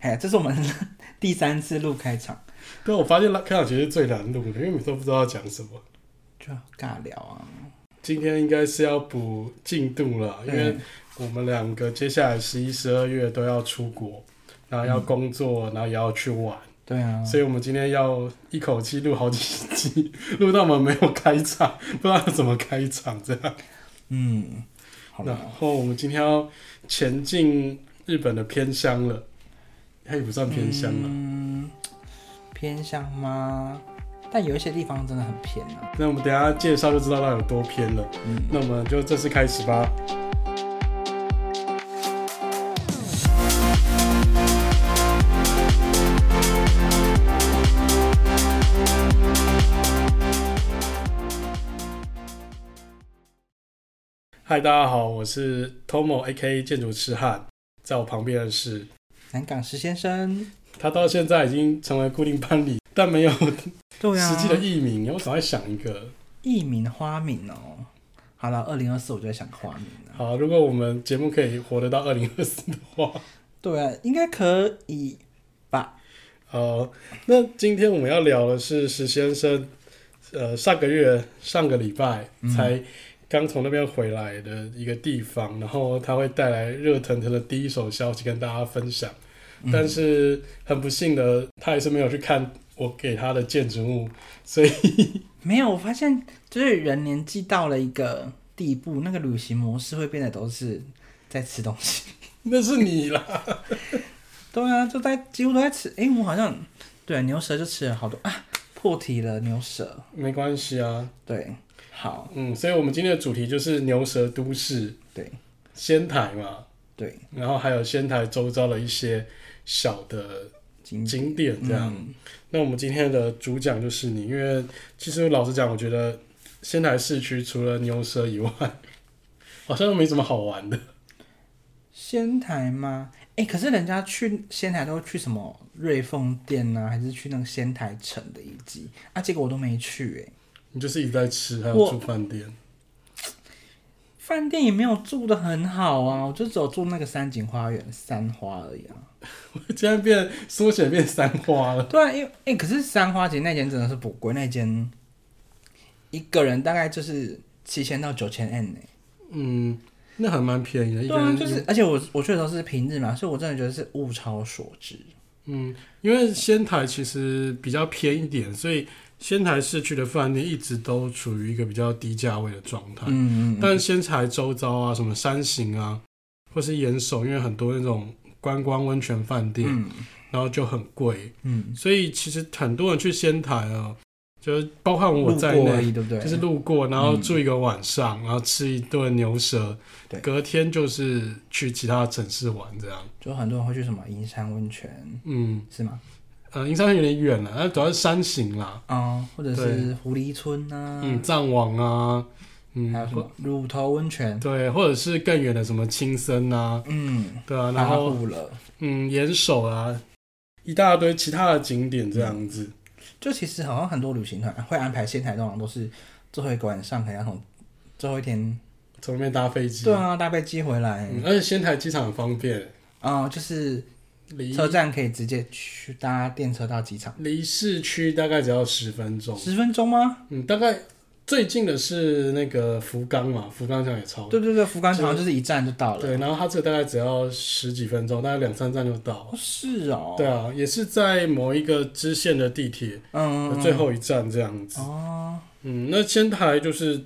哎，这是我们 第三次录开场，对啊，我发现拉开场其实是最难录的，因为每次都不知道要讲什么。就尬聊啊。今天应该是要补进度了，因为嗯我们两个接下来十一、十二月都要出国，然后要工作，然后也要去玩，对啊，所以我们今天要一口气录好几集，录到我们没有开场，不知道要怎么开场这样。嗯，好然了，后我们今天要前进日本的偏乡了，它也不算偏乡了。嗯，偏乡吗？但有一些地方真的很偏啊。那我们等一下介绍就知道它有多偏了。嗯，那我们就正式开始吧。嗨，大家好，我是 Tomo A.K. 建筑痴汉，在我旁边的是南港石先生，他，到现在已经成为固定班里，但没有对啊，实际的艺名。我总在想一个，艺名花名哦。好了，二零二四我就在想花名了。好，如果我们节目可以活得到二零二四的话，对啊，应该可以吧？好，那今天我们要聊的是石先生，呃，上个月上个礼拜嗯才刚从那边回来的一个地方，然后他会带来热腾腾的第一手消息跟大家分享。嗯但是很不幸的，他还是没有去看我给他的建筑物，所以没有，我发现就是人年纪到了一个地步，那个旅行模式会变得都是在吃东西。那是你啦。对啊，就在几乎都在吃。诶，我好像对啊牛舌就吃了好多啊，破题了牛舌。没关系啊，对，好，嗯，所以我们今天的主题就是牛舌都市，对，仙台嘛，对，然后还有仙台周遭的一些小的经景点这样。嗯那我们今天的主讲就是你，因为其实老实讲，我觉得仙台市区除了牛舌以外， 好像都没什么好玩的。仙台吗？诶，可是人家去仙台都去什么瑞凤店啊，还是去那个仙台城的遗迹啊？结果我都没去诶，你就是一直在吃，还有我住饭店。饭店也没有住的很好啊，我就只有住那个山景花园三花而已啊。竟然变缩写变三花了， 对啊，因为哎、诶可是三花节那间真的是不贵，那间一个人大概就是七千到九千 N 呢。嗯，那还蛮便宜的，一个对啊，人就是，而且我我去的时候是平日嘛，所以我真的觉得是物超所值。嗯，因为仙台其实比较偏一点，所以仙台市区的饭店一直都处于一个比较低价位的状态。嗯嗯，但仙台周遭啊，什么山形啊，或是岩手，因为很多那种观光温泉饭店，嗯然后就很贵，嗯，所以其实很多人去仙台啊，就是包括我路在过而内，已，对不对？就是路过，然后嗯住一个晚上，然后吃一顿牛舌对，隔天就是去其他城市玩这样。就很多人会去什么银山温泉，嗯，是吗？呃，银山有点远了，那主要是山形啦，哦，或者对是狐狸村啊，嗯，藏王啊，嗯还有，什么乳头温泉，对，或者是更远的什么青森啊，嗯，对啊，然然后后五了，嗯，岩手啊，一大堆其他的景点这样子。就其实好像很多旅行团会安排仙台，通常都是最后一个晚上，可能要从最后一天，从那边搭飞机。对啊，搭飞机回来，嗯，而且仙台机场很方便，哦，就是离车站可以直接去搭电车到机场，离市区大概只要十分钟。十分钟吗？嗯，大概最近的是那个福冈嘛，福冈站也超。对对对，福冈就是好像就是一站就到了。对，然后它这个大概只要十几分钟，大概两三站就到哦，。是哦。对啊，也是在某一个支线的地铁嗯，嗯，嗯的最后一站这样子。哦，嗯，那仙台就是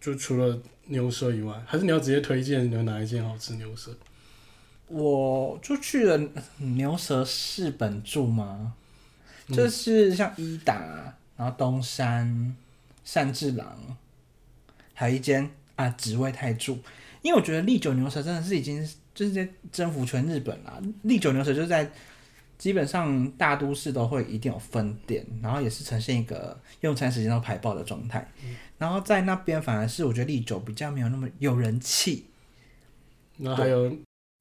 就除了牛舌以外，还是你要直接推荐有哪一间好吃牛舌？我就去了牛舌市本住嘛，嗯就是像伊达，然后东山、善治郎，还有一间啊紫味太助，因为我觉得利久牛舌真的是已经就是在征服全日本啦，利久牛舌就是在。基本上大都市都会一定有分店，然后也是呈现一个用餐时间都排爆的状态。然后在那边反而是我觉得利久比较没有那么有人气，然后还有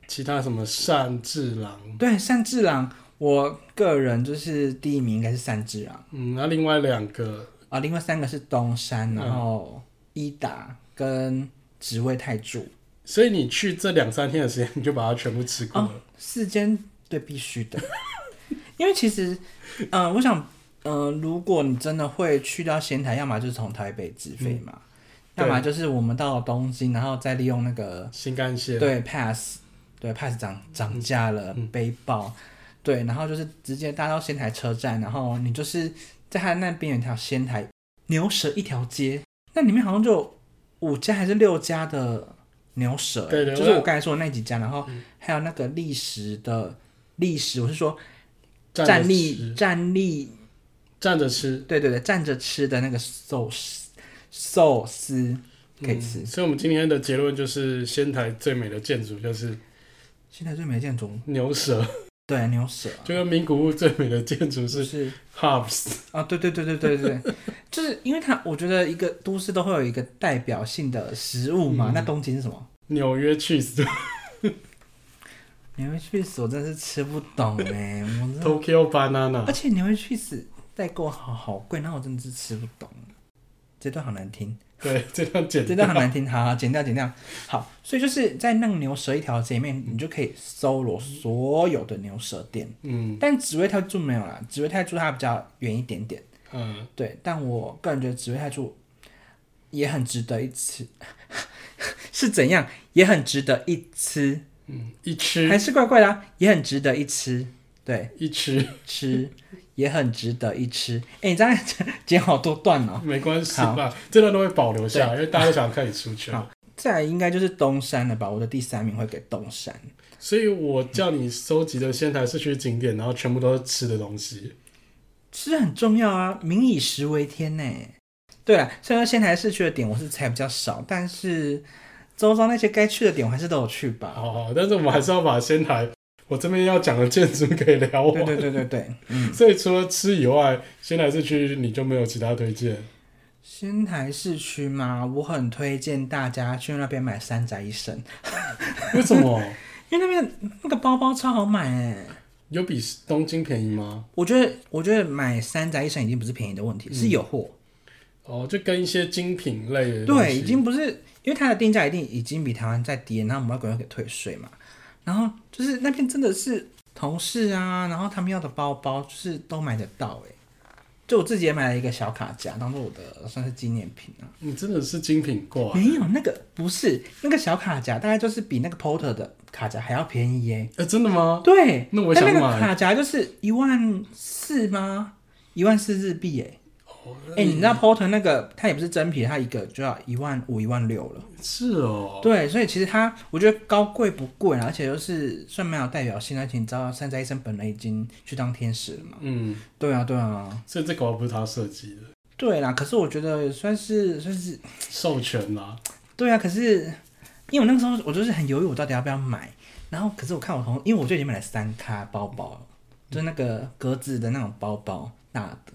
其他什么善治郎，对，善治郎，我个人就是第一名应该是善治郎嗯，那另外两个，啊，另外三个是东山，嗯然后伊达跟职位太助，哦所以你去这两三天的时间，你就把它全部吃过了。四间对，必须的。 因为其实，呃，我想，呃，如果你真的会去到仙台，要么就是从台北直飞嘛，嗯对要么就是我们到东京，然后再利用那个新干线，对 pass，对 pass 涨涨价了，嗯背包，对，然后就是直接搭到仙台车站，然后你就是在它那边有一条仙台牛舌一条街，那里面好像就有五家还是六家的牛舌，欸对对就是我嗯我刚才说的那几家，然后还有那个历史的历史，我是说站着站立吃站立，站着吃，对对对，站着吃的那个寿司寿司可以吃，嗯所以，我们今天的结论就是，仙台最美的建筑就是仙台最美的建筑，牛舌， 对牛舌，啊就跟名古屋最美的建筑就是是 Hubs。啊，对对对对对对，对就是因为它，我觉得一个都市都会有一个代表性的食物嘛。嗯那东京是什么？纽约 cheese 你会去死，我真的是吃不懂哎、我真的， Tokyo 而 banana，且你会去死，代购好好贵，那我真的是吃不懂。这段好难听，对，这段简这段好难听，好好剪掉剪掉。好，所以就是在那个牛舌一条街里面，你就可以搜罗所有的牛舌店，嗯但紫薇泰铢没有啦，紫薇泰铢它比较远一点点。嗯，对，但我个人觉得紫薇太柱也很值得一吃， 是怎样？也很值得一吃，嗯一吃还是怪怪的、啊，也很值得一吃。对，一吃吃也很值得一吃。哎、你这样 剪好多段哦。没关系好吧，这段都会保留下来，因为大家都想看你出啊圈。好再来应该就是东山了吧？我的第三名会给东山。所以我叫你收集的仙台市区景点，然后全部都是吃的东西。吃很重要啊，民以食为天呢。对了，虽然说仙台市区的点我是踩比较少，但是周遭那些该去的点我还是都有去吧。好好，但是我们还是要把仙台我这边要讲的建筑给聊对完。对对对对，嗯。所以除了吃以外，仙台市区你就没有其他推荐？仙台市区嘛，我很推荐大家去那边买三宅一生，为什么？因为那边那个包包超好买哎、 有比东京便宜吗？我觉得，我觉得买三宅一生已经不是便宜的问题，嗯是有货。哦，就跟一些精品类的东西对，已经不是因为它的定价一定已经比台湾再低，然后我们要国家给退税嘛。然后就是那边真的是同事啊，然后他们要的包包就是都买得到哎、就我自己也买了一个小卡夹，当做我的算是纪念品啊。你真的是精品挂，没有那个不是那个小卡夹，大概就是比那个 Porter 的卡夹还要便宜耶、呃，真的吗？对，那我但想那买个卡夹就是一万四吗？一万四日币耶、哦哎、你知道 Porter 那个它也不是真皮，它一个就要一万五、一万六了。是哦，对，所以其实它我觉得高贵不贵啦，而且就是算蛮有代表性的。而且你知道山寨医生本人已经去当天使了嘛？嗯，对啊，对啊，所以这搞不好不是他设计的，对啦。可是我觉得算是算是授权啦，对啊，可是因为我那个时候我就是很犹豫，我到底要不要买。然后可是我看我同，因为我就已经买了三咖包包了，就是那个格子的那种包包，大的。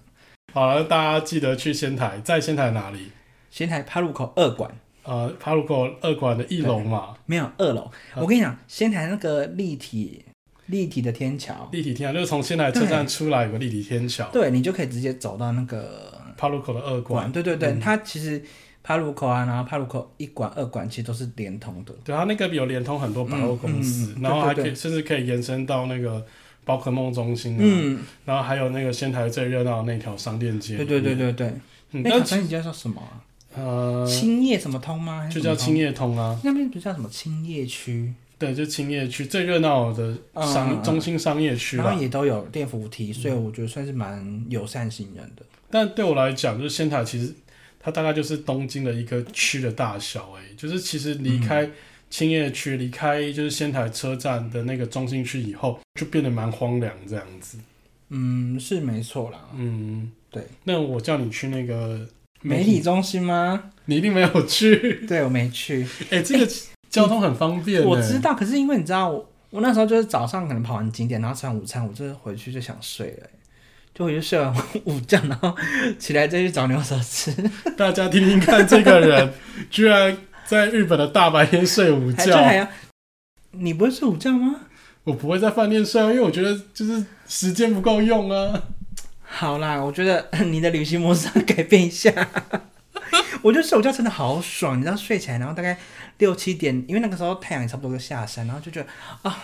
好了，大家记得去仙台，在仙台哪里？仙台趴路口二馆呃，帕鲁口二馆的一楼嘛，没有二楼，我跟你讲，仙台那个立体立体的天桥，立体天桥就是从仙台车站出来有个立体天桥，对你就可以直接走到那个帕鲁口的二馆嗯馆。，对对对，它其实趴路口啊，然后趴路口一馆、二馆其实都是连通的。对，它那个有联通很多百货公嗯司，嗯嗯然后还可对以对对甚至可以延伸到那个宝可梦中心啊，嗯，然后还有那个仙台最热闹的那条商店街。对对对，对对，嗯，那但条其三你叫做什么啊？呃，青叶什么通吗？还是就什么叫通青叶通啊，那边不是叫什么青叶区，对，就青叶区最热闹的商嗯中心商业区然啦后。也都有电扶嗯梯，所以我觉得算是蛮友善行人的。但对我来讲，就是仙台其实它大概就是东京的一个区的大小而已，就是其实离嗯开青叶区，离开就是仙台车站的那个中心区以后，就变得蛮荒凉这样子。嗯，是没错啦。嗯，对。那我叫你去那个媒体，中心吗？你一定没有去。对，我没去。 哎、这个交通很方便、欸我知。道，可是因为你知道，我我那时候就是早上可能跑完景点，然后吃完午餐，我就是回去就想睡了、欸就回去睡完午觉，然后起来再去找牛舌吃，大家听听看，这个人 居然在日本的大白天睡午还就还觉。要。你不会睡午觉吗？我不会在饭店睡啊，因为我觉得就是时间不够用 啊。好啦，我觉得 你的旅行模式要改变一下。 我觉得睡午觉真的好爽，你知道睡起来，然后大概六七点，因为那个时候太阳也差不多就下山，然后就觉得啊，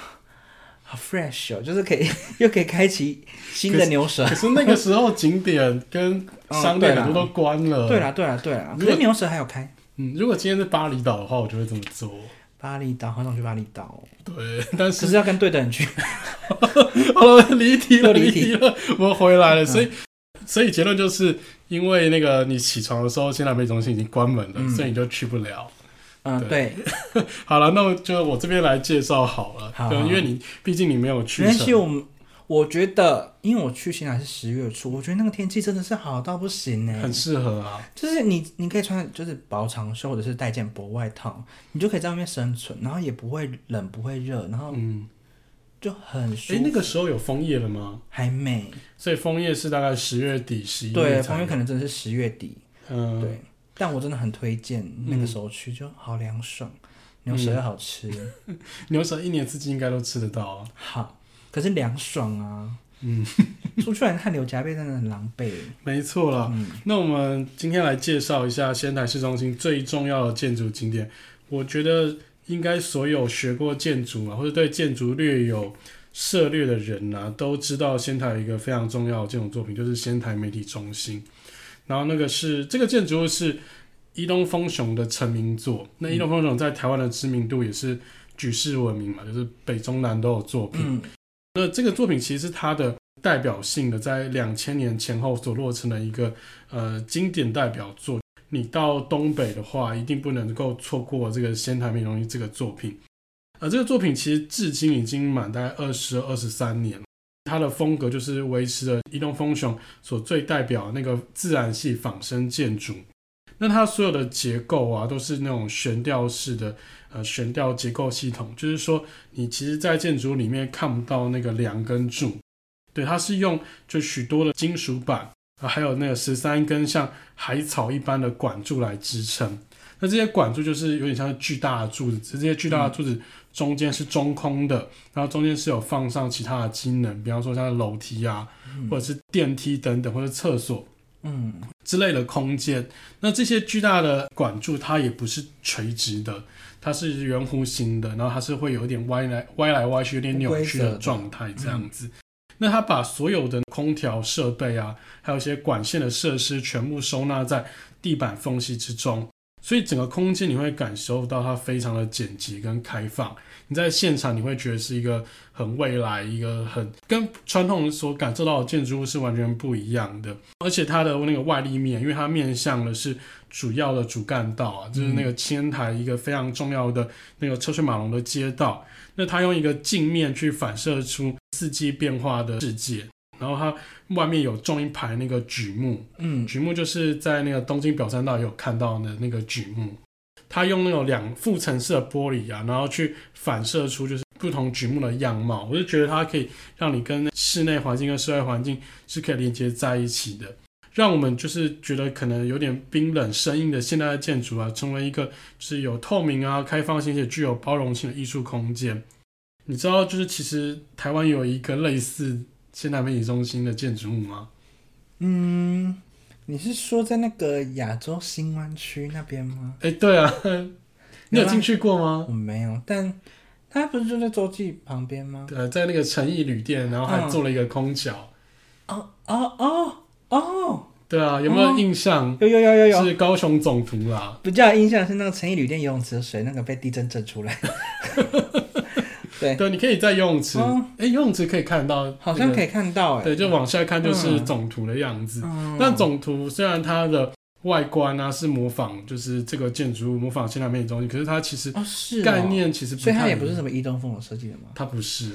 好 fresh 哦，就是可以 又可以开启新的牛舌。可是那个时候景点跟商店很多都关了。对啦，对啦，对啦，如可果是牛舌还有开。嗯，如果今天是巴厘岛的话，我就会这么做。巴厘岛，好想去巴厘岛哦，对，但可是是要跟对的人去。 哦，离题了，又离离题嗯题了，我们回来了。所以，所以结论就是因为那个你起床的时候，现在美中心已经关门了，嗯所以你就去不了。嗯，对，好了，那我就我这边来介绍好了，好对，好因为你毕竟你没有去没关系，成。我们我觉得，因为我去新南是十月初，我觉得那个天气真的是好到不行欸呢、很适合啊，就是你你可以穿就是薄长袖或者是带件薄外套，你就可以在外面生存，然后也不会冷不会热，然后嗯，就很舒诶，服，那个时候有枫叶了吗？还美。所以枫叶是大概十月底、十一对，月朋才友可能真的是十月底，嗯，对，但我真的很推荐那个时候去，就好凉爽，牛舌又好吃，牛舌一年四季应该都吃得到啊。好，可是凉爽啊，嗯，出去玩汗流浃背真的很狼狈。没错啦。嗯那我们今天来介绍一下仙台市中心最重要的建筑景点。我觉得应该所有学过建筑啊，或者对建筑略有涉略的人啊，都知道仙台有一个非常重要的建筑作品，就是仙台媒体中心。然后那个是这个建筑物是伊东丰雄的成名作。那嗯伊东丰雄在台湾的知名度也是举世闻名嘛，就是北中南都有作品。嗯，那这个作品其实是它的代表性的，在两千年前后所落成的一个呃经典代表作。你到东北的话，一定不能够错过这个仙台美容仪这个作品。呃，这个作品其实至今已经满大概二十二十三年了，它的风格就是维持了移动风雄所最代表的那个自然系仿生建筑。那它所有的结构啊，都是那种悬吊式的，呃，悬吊结构系统，就是说你其实，在建筑里面看不到那个梁跟柱，对，它是用就许多的金属板，啊，还有那个十三根像海草一般的管柱来支撑。那这些管柱就是有点像是巨大的柱子，只是这些巨大的柱子中间是中空的，然后中间是有放上其他的机能，比方说像是楼梯啊，嗯或者是电梯等等，或者厕所。嗯之类的空间。那这些巨大的管柱，它也不是垂直的，它是圆弧形的，然后它是会有一点歪来歪来歪去，有点扭不规则嗯曲的的状态这样子。那它把所有的空调设备啊，还有一些管线的设施，全部收纳在地板缝隙之中。所以整个空间你会感受到它非常的简洁跟开放，你在现场你会觉得是一个很未来，一个很跟传统所感受到的建筑物是完全不一样的。而且它的那个外立面，因为它面向的是主要的主干道啊，就是那个千台一个非常重要的那个车水马龙的街道。那它用一个镜面去反射出四季变化的世界。然后它外面有种一排那个榉木，嗯榉木就是在那个东京表参道有看到的那个榉木。它用那种两副层式的玻璃啊，然后去反射出就是不同榉木的样貌。我就觉得它可以让你跟室内环境跟室外环境是可以连接在一起的，让我们就是觉得可能有点冰冷生硬的现代的建筑啊，成为一个就是有透明啊、开放性且具有包容性的艺术空间。你知道，就是其实台湾有一个类似现代媒体中心的建筑物吗？嗯，你是说在那个亚洲新湾区那边吗？哎、对啊，你有进去过吗？我哦没有，但它不是就在洲际旁边吗？呃，在那个诚毅旅店，然后还嗯做了一个空桥。哦哦哦哦，对啊，有没有哦印象？有有有有有，是高雄总图啦。比较有印象是那个诚毅旅店游泳池的水，那个被地震震出 来，对对，你可以在游泳池，哎、嗯游泳池可以看到、好像可以。以看到哎、对，就往下看就是嗯总图的样子。嗯但总图虽然它的外观啊是模仿，就是这个建筑物模仿现代美体中心，可是它其实哦是哦概，念其实不所以它太也不一是样，什么伊东风我设计的吗？它不是。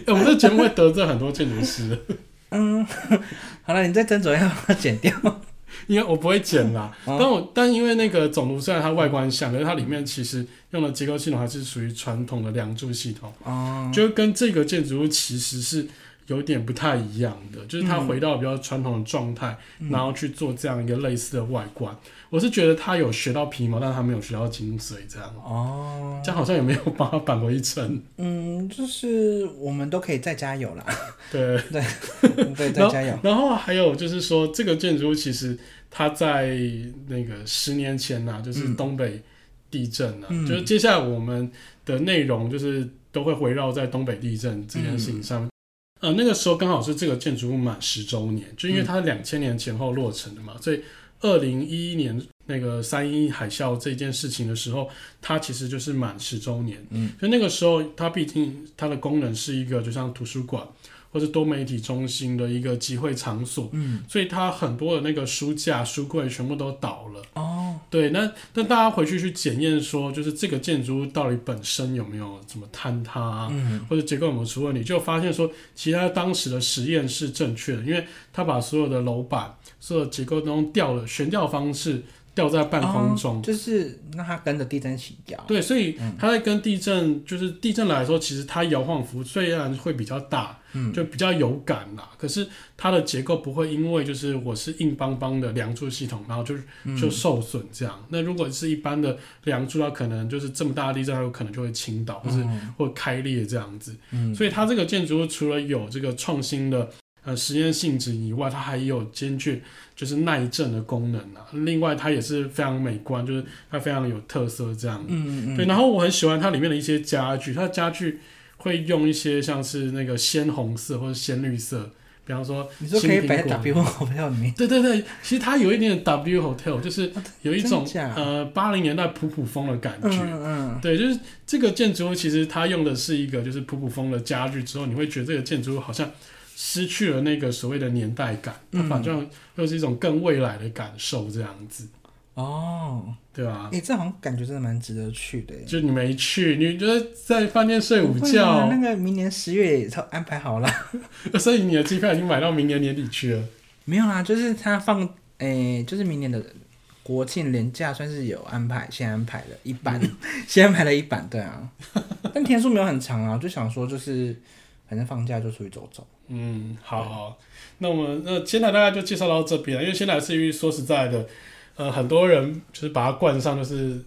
哎、我们这节目会得罪很多建筑师， 嗯， 好了，你再斟酌要不要剪掉。 因为我不会剪啦。嗯但我但因为那个总图虽然它外观像，可是它里面其实用的结构系统还是属于传统的梁柱系统。哦，就跟这个建筑物其实是有点不太一样的，就是它回到比较传统的状态，嗯然后去做这样一个类似的外观。我是觉得他有学到皮毛，但他没有学到精髓，这样哦，这样好像也没有帮他扳回一城。嗯，就是我们都可以再加油 啦，对，对，再加油。然后还有就是说，这个建筑物其实它在那个十年前呐、就是嗯东北地震呐、啊，嗯就是接下来我们的内容就是。都会围绕在东北地震这件事情上面。嗯呃，那个时候刚好是这个建筑物满十周年，就因为它两千年前后落成的嘛，所以二零一一年那个三一海啸这件事情的时候，它其实就是满十周年。嗯，就那个时候，它毕竟它的功能是一个就像图书馆或是多媒体中心的一个集会场所，嗯，所以它很多的那个书架、书柜全部都倒了。哦，对，那那大家回去去检验说，就是这个建筑物到底本身有没有怎么坍塌、啊，嗯或者结构有没有出问题，就发现说，其实他当时的实验是正确的，因为他把所有的楼板、所有的结构都用吊了悬吊方式吊在半空中。哦就是让它跟着地震起摇。对，所以嗯它在跟地震，就是地震来的时候，其实它摇晃幅虽然会比较大，嗯就比较有感啦。可是它的结构不会因为就是我是硬邦邦的梁柱系统，然后就是嗯就受损这样。那如果是一般的梁柱，它可能就是这么大的地震，它有可能就会倾倒，或是嗯或开裂这样子。嗯，所以以它这个建筑物除了有这个创新的呃实验性质以外，它还有兼具就是耐震的功能啊。另外，它也是非常美观，就是它非常有特色这样。嗯嗯嗯，对，然后我很喜欢它里面的一些家具，它的家具会用一些像是那个鲜红色或者鲜绿色，比方说，你说可以摆新苹在果 W 股票里面，对对对，其实它有一点 W Hotel，就是有一种、真假呃八零年代普普风的感觉。嗯嗯对，就是这个建筑物，其实它用的是一个就是普普风的家具，之后你会觉得这个建筑物好像失去了那个所谓的年代感，它嗯反正又是一种更未来的感受这样子，哦，对吧、哎、这好像感觉真的蛮值得去的耶。就你没去，你就是在饭店睡午不会啊觉那，个明年十月也都安排好了。 所以你的机票已经买到明年年底去了。 没有啦，就是他放，诶、就是明年的国庆连假算是有安排，先安排了一版， 先安排了一版，对 啊，但天数没有很长啊，就想说就是反正放假就出去走走，嗯，好好，那我们那仙台大概就介绍到这边了，啊因为仙台是因为说实在的，呃，很多人就是把它冠上就是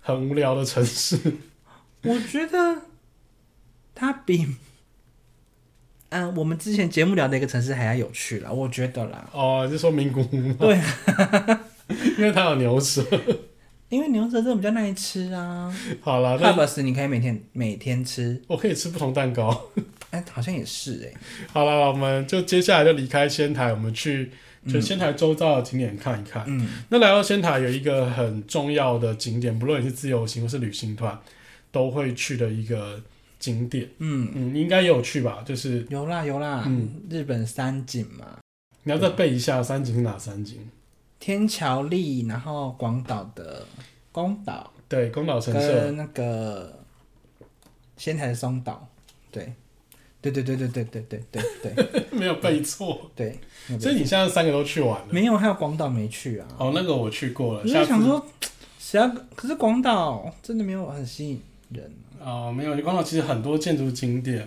很无聊的城市，我觉得它比。 嗯、我们之前节目聊的一个城市还要有趣啦，我觉得啦，哦，就说名古屋吗？对， 因为它有牛舌。因为牛舌真的比较耐吃啊。好了， p 那 u b 你可以每天每天吃，我可以吃不同蛋糕。哎、好像也是哎、好了，我们就接下来就离开仙台，我们去就仙台周遭的景点看一看。嗯，那来到仙台有一个很重要的景点，不论你是自由行或是旅行团，都会去的一个景点。嗯，嗯，你应该也有去吧？就是有啦有啦，嗯日本三景嘛，你要再背一下三景是哪三景？天桥立，然后广岛的宫岛对，宫岛神社。跟那个仙台的松岛，对，对对对对对对对对对 没有背错，对那 所以边，你现在三个都去完了。嗯没有还有广岛没去啊，哦，那个我去过了。我下就次想说，谁要？可是广岛真的没有很吸引人，哦，没有，广岛其实很多建筑景点，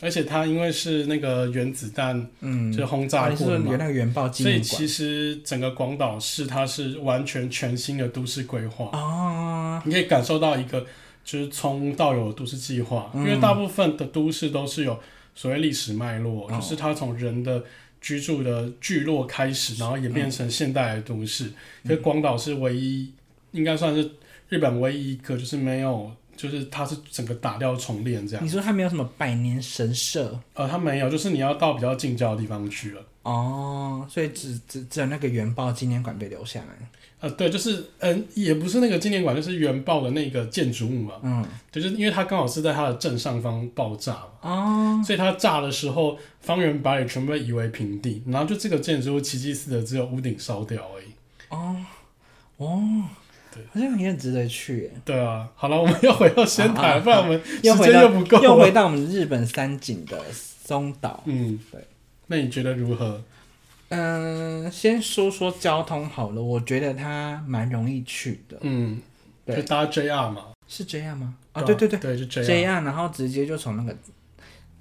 而且它因为是那个原子弹嗯，就是轰啊炸你是过说的有嘛，那个原爆纪所以念其馆实整个广岛市它是完全全新的都市规划，啊？你可以感受到一个就是从到有的都市计划，嗯因为大部分的都市都是有所谓历史脉络，哦就是它从人的。居住的聚落开始，然后演变成现代的都市。嗯可是广岛是唯一，应该算是日本唯一一个，就是没有，就是它是整个打掉重练这样你。说它没有什么百年神社呃，它没有，就是你要到比较近郊的地方去了。哦，所以只只只有那个原爆纪念馆被留下来，呃，对，就是嗯，也不是那个纪念馆，就是原爆的那个建筑物嘛，嗯，就是因为它刚好是在它的正上方爆炸嘛，哦。所以它炸的时候，方圆百里全部被夷为平地，然后就这个建筑物奇迹似的只有屋顶烧掉而已。哦，哦，对好像也很值得去耶，对啊，好了，我们又回到仙台，啊啊不然我们又时回间到又不够又了。回到我们日本三景的松岛。嗯，对。那你觉得如何？嗯、先说说交通好了，我觉得它蛮容易去的，嗯，对就搭 JR 嘛。是这样吗？啊，对对对，对，就这 JR。样，然后直接就从那个。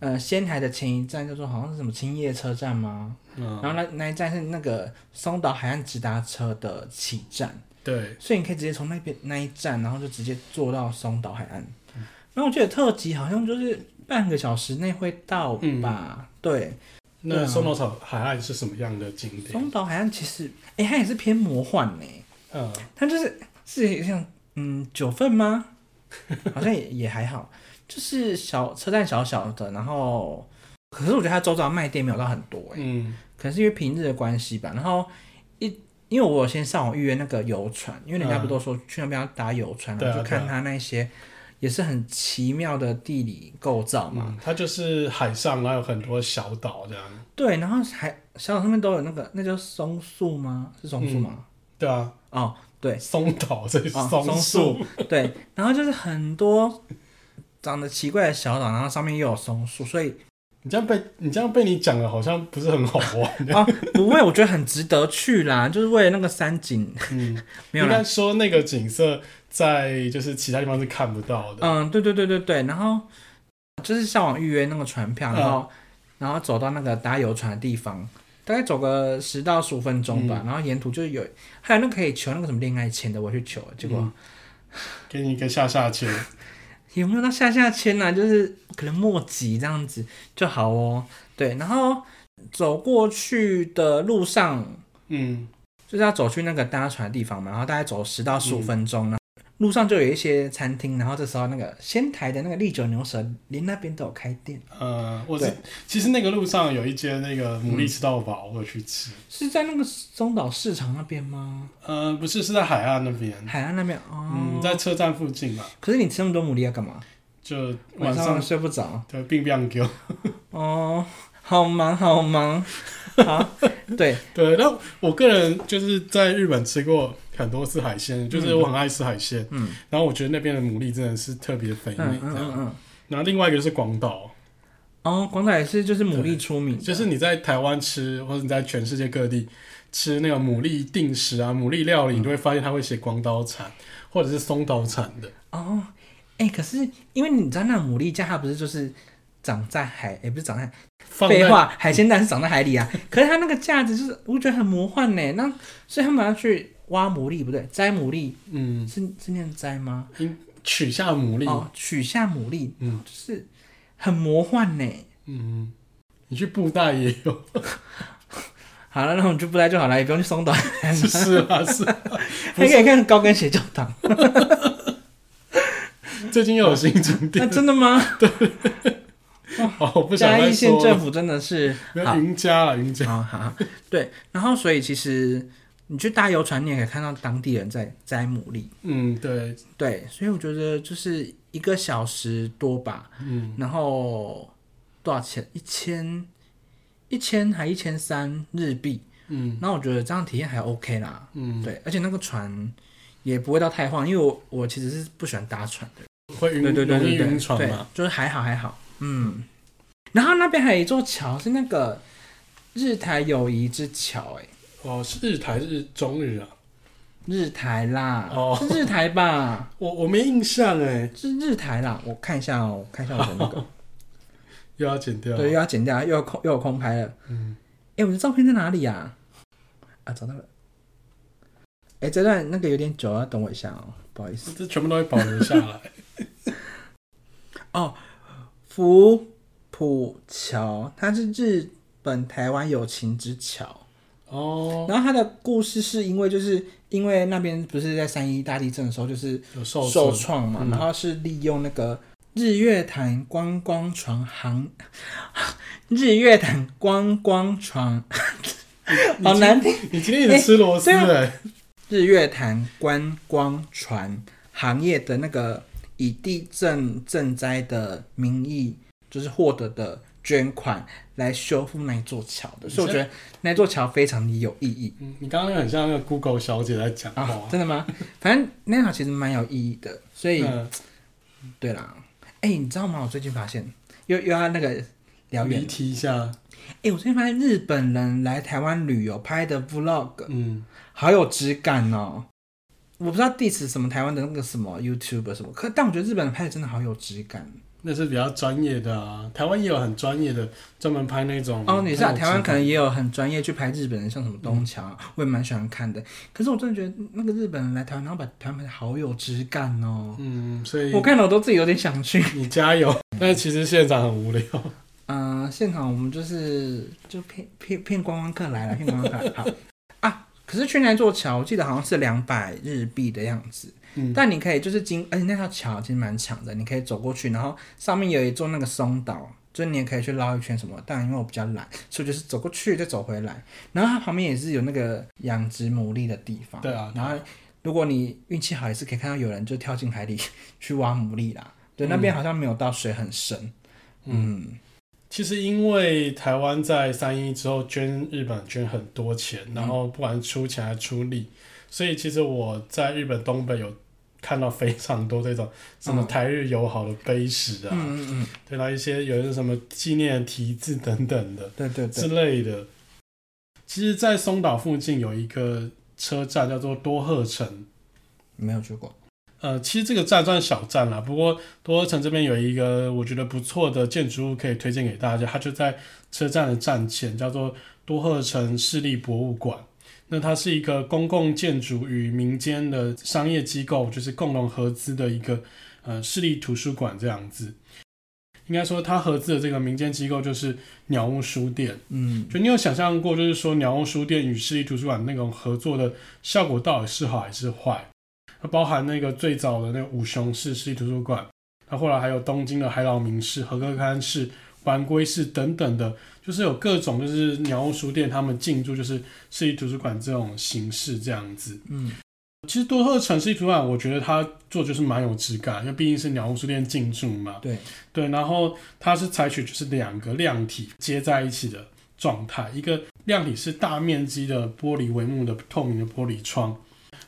呃，仙台的前一站叫做好像是什么青叶车站吗？然嗯，后那那一站是那个松岛海岸直达车的起站，对，所以你可以直接从那边那一站，然后就直接坐到松岛海岸。然后我记得特急好像就是半个小时内会到吧？对，对那啊松岛草海岸是什么样的景点？松岛海岸其实，哎、它也是偏魔幻呢、嗯， 它就是是像嗯九份吗？好像也也还好，就是小车站小小的，然后可是我觉得它周遭卖店没有到很多哎、嗯，可能是因为平日的关系吧。然后一因为我有先上网预约那个游船，因为人家嗯不都说去那边要搭游船，对啊然后就对啊看它那些也是很奇妙的地理构造嘛。嗯它就是海上，然后有很多小岛这样。对，然后还小岛上面都有那个那叫松树吗？是松树吗？对啊，哦，对，松岛这 是哦松树， 对，然后就是很多长得奇怪的小岛，然后上面又有松树，所 以你这样被你这样被你讲了，好像不是很好玩。 啊，不会，我觉得很值得去啦，就是为了那个山景，嗯，没有 应啦该，说那个景色在就是其他地方是看不到的。嗯，对对对对对，然后就是上网预约那个船票，然嗯后、然后走到那个搭游船的地方，大概走个十到十五分钟嗯吧，然后沿途就是有，还有那个可以求那个什么恋爱签的，我去求了，结果、嗯给你一个下下签，也没有到下下签啦、就是可能末级这样子就好哦。对，然后走过去的路上嗯，就是要走去那个搭船的地方嘛，然后大概走十到十五分钟呢。路上就有一些餐厅，然后这时候那个仙台的那个利久牛舌，连那边都有开店，呃，我是对其实那个路上有一间那个牡蛎吃到饱，我有去吃。是在那个松岛市场那边吗？呃，不是，是在海岸那边，海岸那边嗯哦。嗯，在车站附近嘛，可是你吃那么多牡蛎要干嘛？就晚晚上上睡不 着对病病给我。哦，好忙好忙。好， 对，对，那我个人就是在日本吃过很多次海鲜，就是我很爱吃海鲜，嗯然后我觉得那边的牡蛎真的是特别肥嗯美嗯嗯这样。嗯。然后另外一个就是广岛，哦，广岛也是就是牡蛎出名的，就是你在台湾吃，或者你在全世界各地吃那个牡蛎定食啊、牡蛎料理，你都会发现它会写广岛产或者是松岛产的。哦，哎、可是因为你知道那牡蛎架它不是就是长在海，也、不是长在放废在话，海鲜蛋是长在海里啊。 可是它那个架子就是我觉得很魔幻呢，那所以他们要去挖牡蛎不对，摘牡蛎嗯，是是念摘吗？应取下牡蛎，哦，取下牡蛎，嗯就是很魔幻呢。嗯，你去布袋也有，好了，那我们就不来就好了，也不用去松 岛，是是啊是啊。还可以看高跟鞋教 堂。最近又有新景那点真的吗？哦，我不想嘉再义县说政了。府真的是没好有云家啊，云家，好好，好 对，然后所以其实你去大游船，你也可以看到当地人在摘牡蛎，嗯，对，对，所以我觉得就是一个小时多吧，嗯，然后多少钱？一千，一千还一千三日币，嗯，那我觉得这样体验还 OK 啦，嗯，对，而且那个船也不会到太晃，因为我我其实是不喜欢搭船的，会对晕，对对容对易对，晕船对嘛，，就是还好还好，嗯，然后那边还有一座桥是那个日台友谊之桥、哎。哦，是日台日中日啊，日台啦，哦是日台吧？我我没印象哎，是日台啦，我看一下哦、我看一下我的那 个，又要剪掉，对，又要剪掉，又有空又有空拍了。啊嗯，哎、我的照片在哪里呀、啊？找到了。哎、这段那个有点久啊，等我一下哦、不好意思。这全部都会保留下来。 哦福浦桥，它是日本台湾友情之桥。哦，然后它的故事是因为就是因为那边不是在三一大地震的时候，就是有受受损，创嘛，嗯然后是利用那个日月潭观光船航， 日月潭观光船，你好难听，你今天也吃螺丝哎 对哎，日月潭观光船行业的那个以地震赈灾的名义，就是获得的捐款来修复那一座桥的，所以我觉得那座桥非常的有意义。嗯你刚刚很像那个 Google 小姐在讲啊，话，真的吗？反正那条其实蛮有意义的，所以、嗯，对啦，哎、你知道吗？我最近发现又又要那个聊远离题一下，哎、我最近发现日本人来台湾旅游拍的 vlog 嗯，好有质感哦。我不知道 diss 什么台湾的那个什么 YouTube 什么，可但我觉得日本人拍的真的好有质感。那是比较专业的啊，台湾也有很专业的，专门拍那种哦，你是啊，嗯很有台湾质可感嗯能也有很专业去拍日本人，像什么东桥啊，我也蛮喜欢看的。可是我真的觉得那个日本人来台湾，然后把台湾拍的好有质感哦。嗯，所以我看了我都自己有点想去。 你加油。但其实现场很无聊，嗯、现场我们就是就骗骗骗观光客来了，骗观光客来好啊。可是去那座桥，我记得好像是两百日币的样子，嗯但你可以就是经，而哎且那条桥其实蛮长的，你可以走过去，然后上面有一座那个松岛，就是你也可以去绕一圈什么。但因为我比较懒，所以就是走过去再走回来。然后它旁边也是有那个养殖牡蛎的地方，对啊对然啊后如果你运气好，也是可以看到有人就跳进海里去挖牡蛎啦。对，那边好像没有到水很深。嗯，其实因为台湾在三一之后捐日本捐很多钱，然后不管是出钱还是出力，所以其实我在日本东北有看到非常多这种什么嗯台日友好的碑石啊，嗯嗯嗯，对啦，一些有些什么纪念题字等等的对对之对，类的。其实，在松岛附近有一个车站叫做多贺城，没有去过。呃，其实这个站算小站啦，不过多城这边有一个我觉得不错的建筑物可以推荐给大家，它就在车站的站前，叫做多贺城市立博物馆。那它是一个公共建筑与民间的商业机构，就是共同合资的一个呃市立图书馆这样子。应该说，它合资的这个民间机构就是鸟屋书店。嗯，就你有想象过，就是说鸟屋书店与市立图书馆那种合作的效果到底是好还是坏？它包含那个最早的那个五雄市市立图书馆，它后来还有东京的海老名市、和歌刊市、丸龟市等等的，就是有各种就是鸟屋书店他们进驻就是市立图书馆这种形式这样子。嗯其实多贺城市立图书馆，我觉得它做就是蛮有质感，因为毕竟是鸟屋书店进驻嘛。对，对，然后它是采取就是两个量体接在一起的状态，一个量体是大面积的玻璃帷幕的透明的玻璃窗，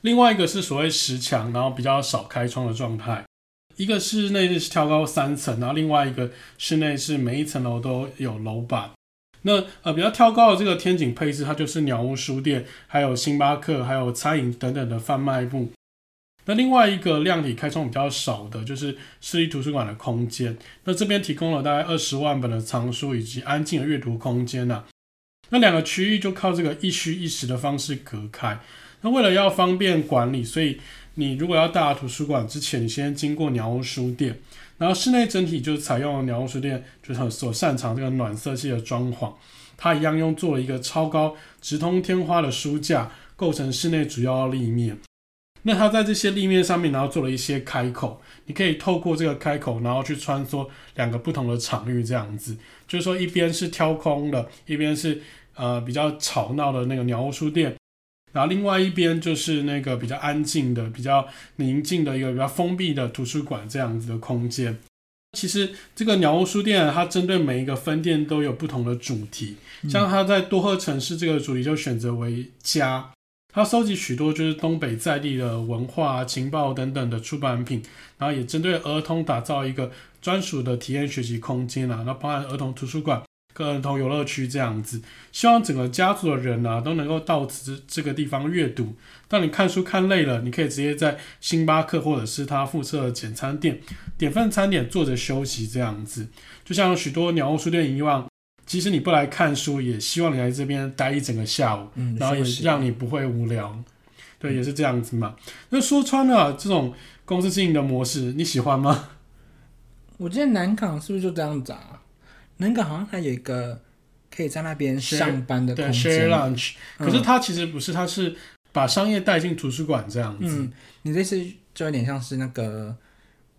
另外一个是所谓实墙，然后比较少开窗的状态。一个室内是挑高三层，然后另外一个室内是每一层楼都有楼板。那呃比较挑高的这个天井配置，它就是鸟屋书店、还有星巴克、还有餐饮等等的贩卖部。那另外一个量体开窗比较少的，就是市立图书馆的空间。那这边提供了大概二十万本的藏书以及安静的阅读空间呐、那两个区域就靠这个一虚一实的方式隔开。那为了要方便管理，所以你如果要到达图书馆之前，你先经过鸟屋书店，然后室内整体就采用了鸟屋书店就是很所擅长这个暖色系的装潢，它一样用做了一个超高直通天花的书架，构成室内主要立面。那它在这些立面上面，然后做了一些开口，你可以透过这个开口，然后去穿梭两个不同的场域，这样子，就是说一边是挑空的，一边是呃比较吵闹的那个鸟屋书店，然后另外一边就是那个比较安静的、比较宁静的一个比较封闭的图书馆这样子的空间。其实这个鸟屋书店啊，它针对每一个分店都有不同的主题，像它在多贺城市这个主题就选择为家。它收集许多就是东北在地的文化、啊、情报等等的出版品，然后也针对儿童打造一个专属的体验学习空间啊，那包含儿童图书馆跟儿童游乐区这样子，希望整个家族的人啊都能够到此这个地方阅读。当你看书看累了，你可以直接在星巴克或者是它附设的简餐店点份餐点，坐着休息这样子。就像许多鸟屋书店一样，即使你不来看书，也希望你来这边待一整个下午。嗯，然后也休是息让你不会无聊，对，也是这样子嘛。那说穿了，啊这种公司经营的模式你喜欢吗？我记得南港是不是就这样子啊？南港好像还有一个可以在那边 Share- 上班的对空，share 间。 lunch，嗯可是它其实不是，它是把商业带进图书馆这样子。嗯，你这次就有点像是那个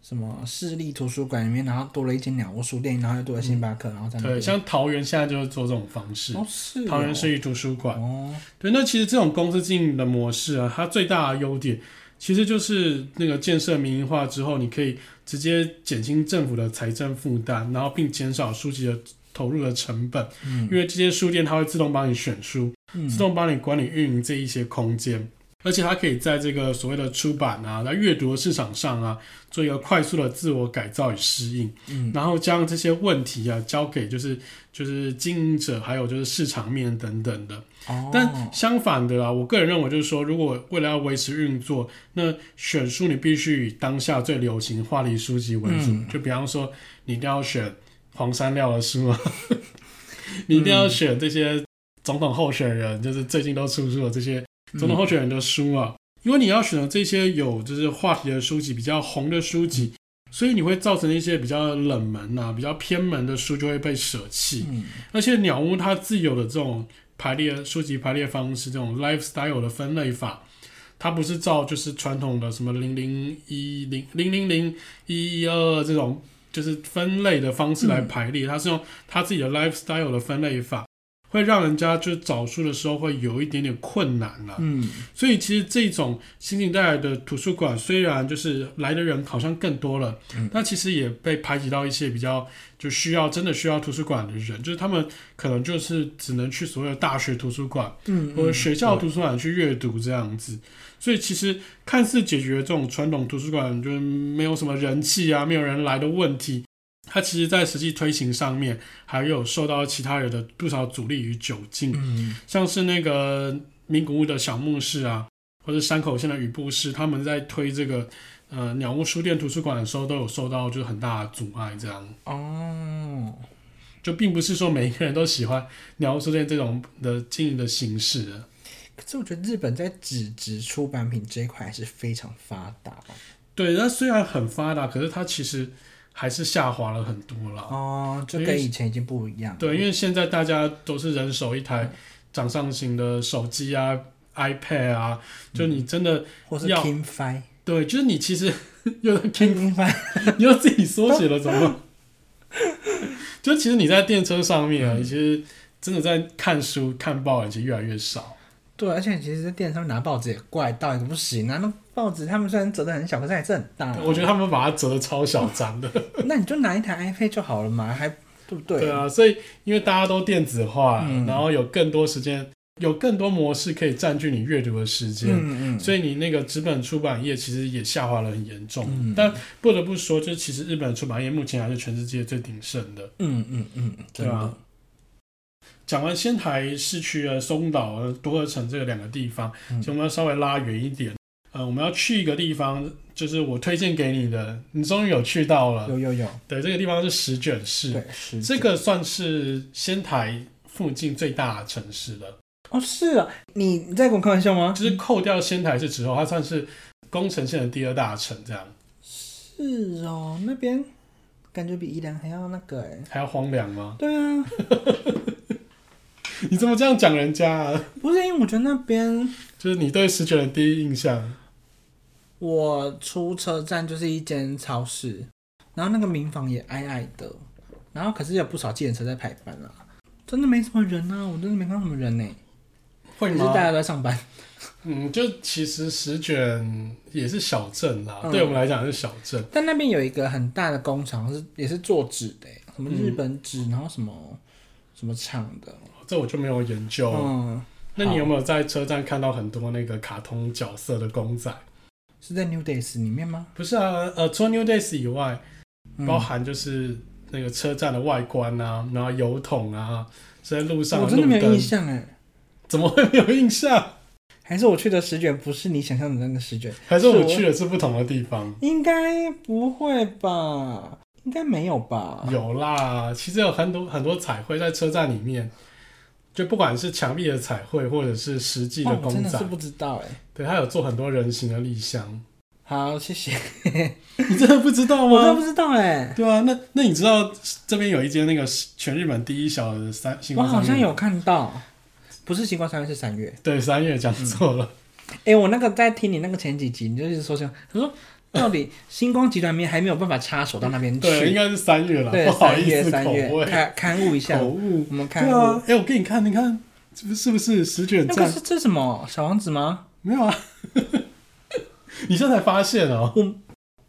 什么市立图书馆里面，然后多了一间鸟屋书店，然后又多了星巴克，然后在那对，边像桃园现在就是做这种方式，嗯哦是哦桃园市立图书馆。哦，对，那其实这种公司经营的模式啊，它最大的优点其实就是那个建设民营化之后，你可以直接减轻政府的财政负担，然后并减少书籍的投入的成本。嗯因为这些书店它会自动帮你选书，嗯自动帮你管理运营这一些空间，而且它可以在这个所谓的出版啊，在阅读的市场上啊，做一个快速的自我改造与适应，嗯然后将这些问题啊交给就是就是经营者，还有就是市场面等等的。哦，但相反的啦，我个人认为就是说，如果为了要维持运作，那选书你必须以当下最流行话题书籍为主。嗯就比方说，你一定要选黄山料的书啊， 你一定要选这些总统候选人，就是最近都出书的这些总统候选人的书啊，因为你要选择这些有就是话题的书籍，比较红的书籍，所以你会造成一些比较冷门啊、比较偏门的书就会被舍弃。嗯而且鸟屋它自有的这种排列书籍排列方式，这种 lifestyle 的分类法，它不是照就是传统的什么零零一零零零零一一二这种就是分类的方式来排列，它是用它自己的 lifestyle 的分类法，会让人家就是找书的时候会有一点点困难啊了、嗯，所以其实这种新近带来的图书馆，虽然就是来的人好像更多了，嗯但其实也被排挤到一些比较就需要真的需要图书馆的人，就是他们可能就是只能去所谓的大学图书馆嗯，或者学校对图书馆去阅读这样子。所以其实看似解决这种传统图书馆就是没有什么人气啊，没有人来的问题。它其实，在实际推行上面，还有受到其他人的不少阻力与窘境。嗯像是那个名古屋的小牧市啊，或者山口县的宇部市，他们在推这个呃鸟屋书店图书馆的时候，都有受到呃就是很大的阻碍。这样哦，就并不是说每一个人都喜欢鸟屋书店这种的经营的形式的。可是我觉得日本在纸质出版品这一块还是非常发达对，那虽然很发达，可是它其实还是下滑了很多啦。哦，就因跟为以前已经不一样了。对，因为现在大家都是人手一台掌上型的手机啊、iPad 啊，就你真的、或是要 King f i 对，就是你其实 又在 k i n f i 你又自己缩写了，怎么？ 就其实你在电车上面嗯啊，你其实真的在看书、看报，已经越来越少。对，而且其实，在店上面拿报纸也怪到一个不行，拿那报纸他们虽然折的很小，可是还是很大。啊我觉得他们把它折的超小张的，那你就拿一台 iPad 就好了嘛，还对不对？ 对啊，所以因为大家都电子化，嗯然后有更多时间，有更多模式可以占据你阅读的时间，嗯嗯，所以你那个纸本出版业其实也下滑了很严重。嗯但不得不说，就是其实日本出版业目前还是全世界最鼎盛的。嗯嗯嗯，真对啊的，讲完仙台市区的松岛、呃多和城这个两个地方，嗯其实我们要稍微拉远一点。呃，我们要去一个地方，就是我推荐给你的，你终于有去到了。有有有，对，这个地方是石卷市，对是这个算是仙台附近最大的城市了。哦是啊，你你在跟我开玩笑吗？就是扣掉仙台市之后，它算是宫城县的第二大城，这样是哦，那边感觉比宜兰还要那个哎。还要荒凉吗？ 对啊，你怎么这样讲人家、啊？不是因为我觉得那边就是你对石卷的第一印象，我出车站就是一间超市，然后那个民房也矮矮的，然后可是有不少计程车在排班啊，真的没什么人啊，我真的没看到什么人呢、会可是吗大？家都在上班，嗯，就其实石卷也是小镇啦，嗯对我们来讲是小镇。但那边有一个很大的工厂是也是做纸的欸、什么日本纸，嗯然后什么什么厂的，这我就没有研究。嗯，那你有没有在车站看到很多那个卡通角色的公仔？是在 New Days 里面吗？不是啊，呃，除了 New Days 以外，嗯包含就是那个车站的外观啊，然后油桶啊，在路上我的真的路没有印灯，象哎、怎么会没有 印象？还是我去的石卷不是你想象的那个石卷，还是我是我去的是不同的地方？应该不会吧？应该没有吧？有啦，其实有很多很多彩绘在车站里面，就不管是墙壁的彩绘，或者是实际的哦，我真公的仔，是不知道哎、对，它有做很多人形的立箱。好，谢谢。 你真的不知道吗？我真的不知道哎、 对啊，那那你知道这边有一间那个全日本第一小的三星我光三月？好像有看到，不是星光三月是三月。对三月讲错了，哎、我那个在听你那个前几集，你就一直说这样，他说到底星光集团里面还没有办法插手到那边对，应去。该是三月了，嗯对不，好三意月思三口月味刊刊物一下口，误。我们对刊啊物。，哎、我给你看，你看是不是不是十卷那个站？是这是什么小王子吗？没有啊， 你现在才发现哦、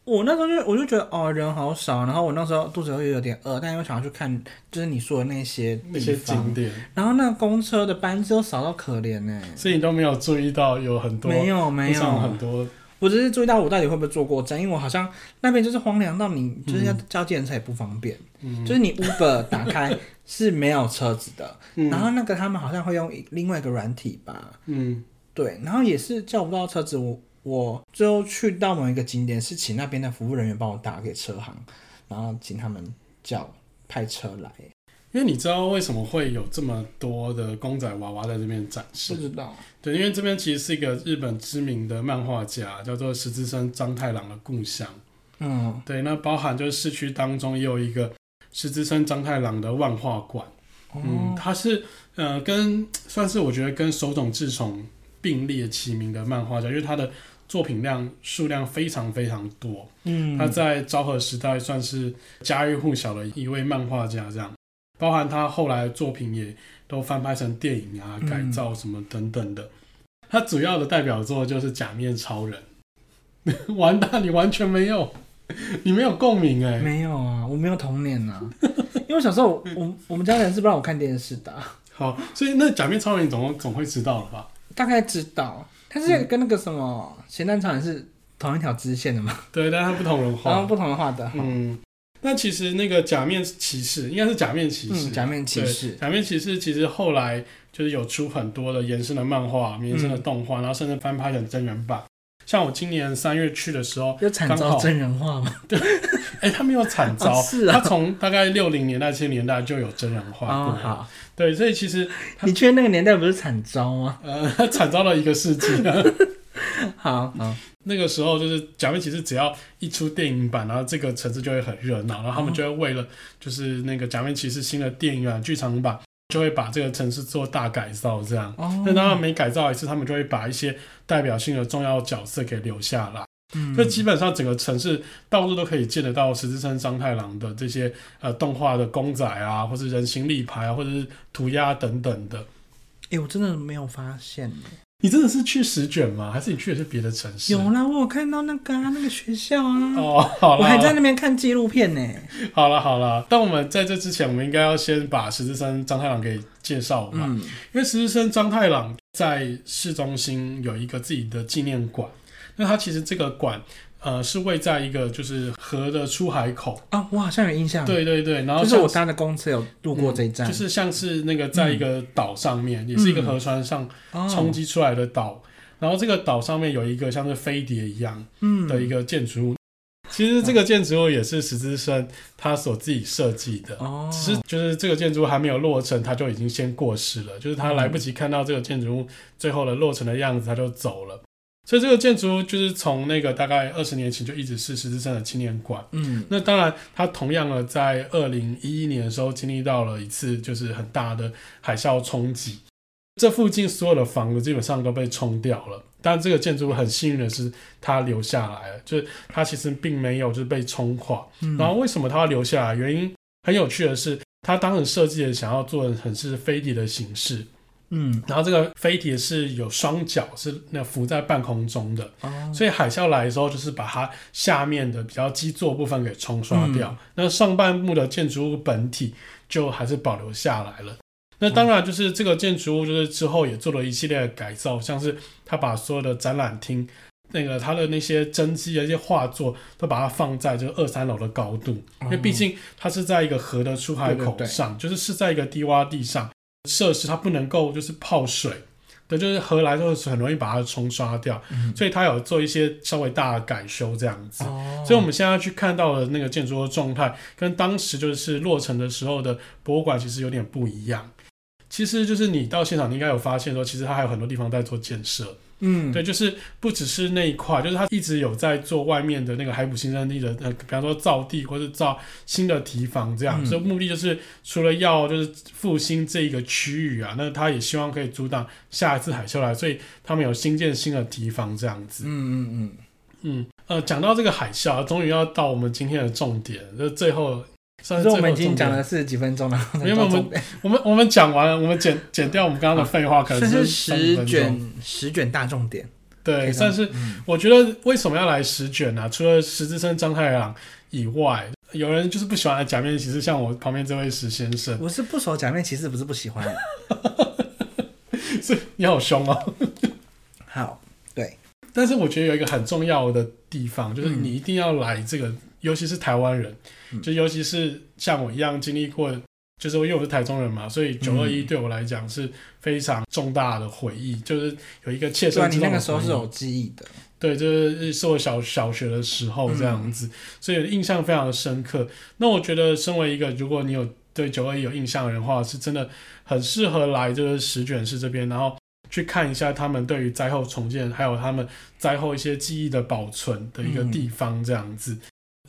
我那时候就我就觉得哦人好少，然后我那时候肚子又有点饿，但又想要去看，就是你说的那些那地些景方，点，然后那个公车的班次又少到可怜欸呢、所以你都没有注意到有很多没路有没上有有很，多我只是注意到我到底会不会坐过站，因为我好像那边就是荒凉到你就是要叫计程车也不方便，嗯，就是你 Uber 打开是没有车子的，嗯然后那个他们好像会用另外一个软体吧，嗯对，然后也是叫不到车子，我我最后去到某一个景点是请那边的服务人员帮我打给车行，然后请他们叫派车来，因为你知道为什么会有这么多的公仔娃娃在这边展示不？知道，对，因为这边其实是一个日本知名的漫画家，叫做石之森章太郎的故乡。嗯对，那包含就是市区当中也有一个石之森章太郎的万画馆。嗯，哦它是呃跟算是我觉得跟手冢治虫并列齐名的漫画家，因为他的作品量数量非常非常多。嗯，他在昭和时代算是家喻户晓的一位漫画家，这样，包含他后来的作品也都翻拍成电影啊、嗯改造什么等等的。他主要的代表作就是《假面超人》， 完蛋，你完全没有，你没有共鸣哎、没有啊，我没有童年啊， 因为我小时候我我们家人是不让我看电视的啊、好，所以那《假面超人》你总共总会知道了吧？大概知道，它嗯是跟那个什么咸蛋超人是同一条支线的嘛，对，但他不同人然后画。不同的画的，哦嗯，那其实那个假面骑士应该是假面骑士嗯，，假面骑士对，假面骑士其实后来就是有出很多的延伸的漫画、延伸的动画，然后甚至翻拍成真人版。像我今年三月去的时候，有惨刚遭好真人化吗？哎、他没有惨 遭，哦是他啊，从大概六零年代、七零年代就有真人化过哦了。好，对，所以其实他你确定那个年代不是惨遭吗？呃， 他惨遭了一个世纪。好好，那个时候就是假面骑士，只要一出电影版，然后这个城市就会很热闹，然后他们就会为了就是那个假面骑士新的电影啊剧场版，就会把这个城市做大改造这样。哦，但当然每改造一次，他们就会把一些代表性的重要角色给留下来，嗯所以基本上整个城市到处都可以见得到十字山章太郎的这些呃动画的公仔啊，或是人形立牌啊，或者是涂鸦等等的。哎，我真的没有发现耶，你真的是去石卷吗？还是你去的是别的城市？有啦，我有看到那个啊，那个学校啊，哦，好我啦还在那边看纪录片呢。好了好了，但我们在这之前，我们应该要先把十字山章太郎给介绍嘛，嗯，因为十字山章太郎在市中心有一个自己的纪念馆，那他其实这个馆。呃，是位在一个就是河的出海口，啊，我好像有印象，，对对对，然后就是我搭像嗯的公车有路过这一站，嗯就是像是那个在一个岛上面，也是一个河川上哦冲击出来的岛，然后这个岛上面有一个像是飞碟一样嗯的一个建筑物，其实这个建筑物也是十字山他所自己设计的，哦，只是就是这个建筑还没有落成，他就已经先过世了，就是他来不及看到这个建筑物最后的落成的样子，他就走了。所以这个建筑物就是从那个大概二十年前就一直是十字山的纪念馆。嗯那当然，它同样的在二零一一年的时候经历到了一次就是很大的海啸冲击，这附近所有的房子基本上都被冲掉了。但这个建筑物很幸运的是，它留下来了，就是它其实并没有就是被冲垮，嗯，然后为什么它要留下来？原因很有趣的是，它当时设计的想要做的很是飞碟的形式，嗯然后这个飞碟是有双脚，是那浮在半空中的，哦，所以海啸来的时候，就是把它下面的比较基座部分给冲刷掉，嗯那上半部的建筑物本体就还是保留下来了。那当然，就是这个建筑物，就是之后也做了一系列的改造，像是他把所有的展览厅，那个他的那些真迹啊的一些画作，都把它放在就是二三楼的高度，因为毕竟它是在一个河的出海口嗯对对对上，就是是在一个低洼地上，设施它不能够就是泡水，对，就是河来之后很容易把它冲刷掉，嗯所以它有做一些稍微大的改修这样子。哦，所以，我们现在去看到的那个建筑的状态，跟当时就是落成的时候的博物馆其实有点不一样。其实就是你到现场，你应该有发现说，其实它还有很多地方在做建设。嗯对，就是不只是那一块，就是他一直有在做外面的那个海普新生地的，呃，比方说造地或者造新的堤防这样，嗯所以目的就是除了要就是复兴这个区域啊，那他也希望可以阻挡下一次海啸来，所以他们有新建新的堤防这样子。嗯嗯嗯，嗯，呃，讲到这个海啸，啊终于要到我们今天的重点，就是最后算可是是最我后的们已重经讲点了。四十几分钟了，然后才没有到我们重点我们我们讲完了，我们剪剪掉我们刚刚的废话，可能算是是30十分钟卷十卷大重点，可对，以算这是样嗯我觉得为什么要来十卷呢、啊？除了十字生张太郎以外，有人就是不喜欢假面骑士，像我旁边这位石先生，我是不熟假面骑士，不是不喜欢。所以你好凶哦。 好，但是我觉得有一个很重要的地方，就是你一定要来这个，尤其是台湾人，嗯就尤其是像我一样经历过，就是因为我是台中人嘛，所以九二嗯一对我来讲是非常重大的回忆，就是有一个切对啊，身你之那痛的回忆。个时候是有记忆的，对，就是是我小小学的时候这样子，所以印象非常的深刻。那我觉得，身为一个如果你有对九二一有印象的人的话，是真的很适合来就是石卷市这边，然后去看一下他们对于灾后重建，还有他们灾后一些记忆的保存的一个地方这样子。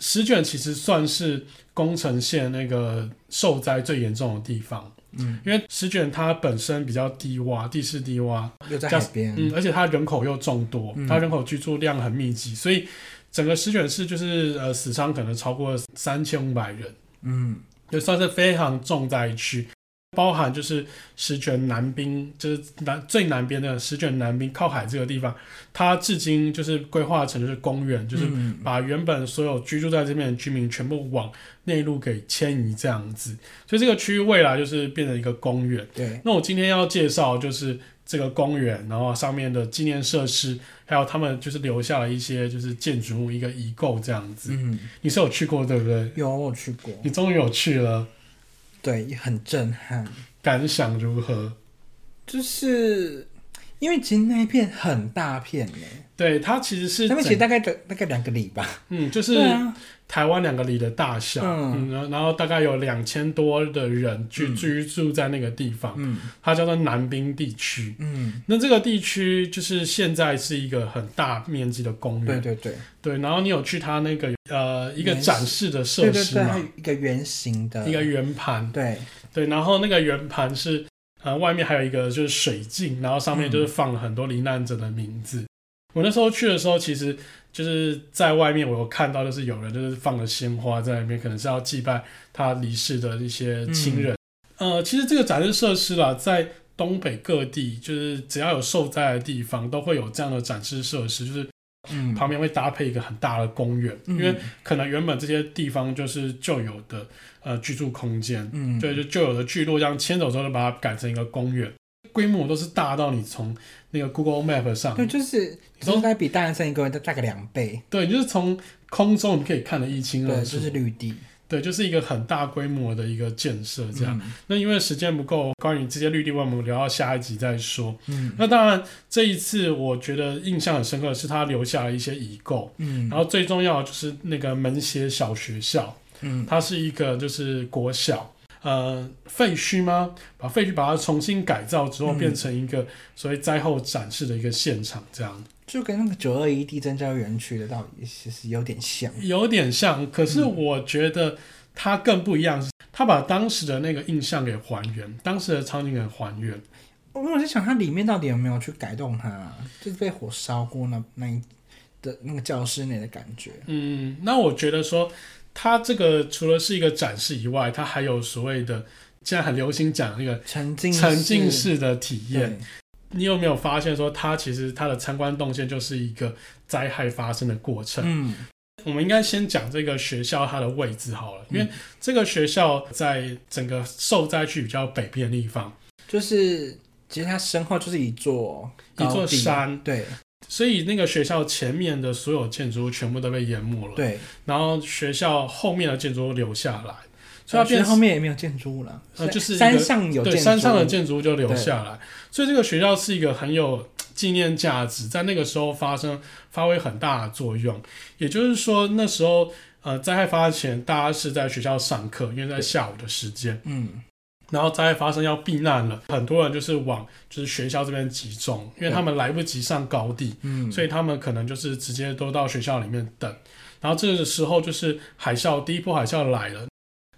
石卷其实算是宫城县那个受灾最严重的地方，嗯，因为石卷它本身比较低洼，地势低洼，又在加海边，嗯，而且它人口又众多嗯，它人口居住量很密集，所以整个石卷市就是呃死伤可能超过三千五百人，嗯也算是非常重灾区。包含就是石卷南滨，就是南最南边的石卷南滨靠海这个地方，它至今就是规划成就是公园，就是嗯把原本所有居住在这边的居民全部往内陆给迁移这样子，所以这个区域未来就是变成一个公园。对，那我今天要介绍就是这个公园，然后上面的纪念设施，还有他们就是留下了一些就是建筑物一个遗构这样子。嗯，你是有去过对不对？有我去过，你终于有去了，对，很震撼，感想如何？就是因为其实那一片很大片呢，对，它其实是那边其实整大概的大概两个里吧，嗯，就是对啊，台湾两个里的大小，嗯嗯，然后然后大概有两千多的人居嗯居住在那个地方，嗯它叫做南滨地区。嗯，那这个地区就是现在是一个很大面积的公对园，对对，对，然后你有去它那个呃一个原始展示的对设对施对，还嘛有，一个圆形的，一个圆盘，对，对，然后那个圆盘是呃外面还有一个就是水镜，然后上面嗯就是放了很多罹难者的名字。我那时候去的时候，其实就是在外面我有看到，就是有人就是放了鲜花在里面，可能是要祭拜他离世的一些亲人。嗯呃，其实这个展示设施啦，在东北各地，就是只要有受灾的地方，都会有这样的展示设施，就是嗯，旁边会搭配一个很大的公园，嗯因为可能原本这些地方就是旧有的呃居住空间，嗯，对，就旧有的聚落这样迁走之后，就把它改成一个公园，规模都是大到你从那个 Google Map 上，对，就是你说应该比大安森林公园再大个两倍，对，就是从空中你可以看得一清对，二就楚，是绿地对，就是一个很大规模的一个建设这嗯样。，那因为时间不够，关于这些绿地我们留到下一集再说。嗯嗯那当然，这一次我觉得印象很深刻的是它留下了一些遗构，嗯，然后最重要的就是那个门胁小学校。嗯它是一个就是国小，呃，废墟吗？把废墟把它重新改造之后，嗯变成一个所谓灾后展示的一个现场，这样就跟那个九二一地震教育园区的道理其实有点像，有点像。可是嗯我觉得它更不一样，它把当时的那个印象给还原，当时的场景给还原。我我在想它里面到底有没有去改动它、啊就是被火烧过那那一的那个教室内的感觉，嗯，那我觉得说，它这个除了是一个展示以外，它还有所谓的现在很流行讲那个沉浸沉浸式式的体对，验。你有没有发现说，它其实它的参观动线就是一个灾害发生的过程？嗯我们应该先讲这个学校它的位置好了，因为嗯这个学校在整个受灾区比较北边的地方，就是其实它身后就是一座一座高地，山，对所以那个学校前面的所有建筑物全部都被淹没了，对，然后学校后面的建筑物留下来，所以它其实变后面也没有建筑物了，呃就是一山个上有建对筑物，山上的建筑物就留下来，所以这个学校是一个很有纪念价值，在那个时候发生发挥很大的作用。也就是说，那时候呃灾害发生前，大家是在学校上课，因为在下午的时间，嗯然后灾害发生要避难了，很多人就是往就是学校这边集中，因为他们来不及上高地，嗯，所以他们可能就是直接都到学校里面等。然后这个时候就是海啸，第一波海啸来了，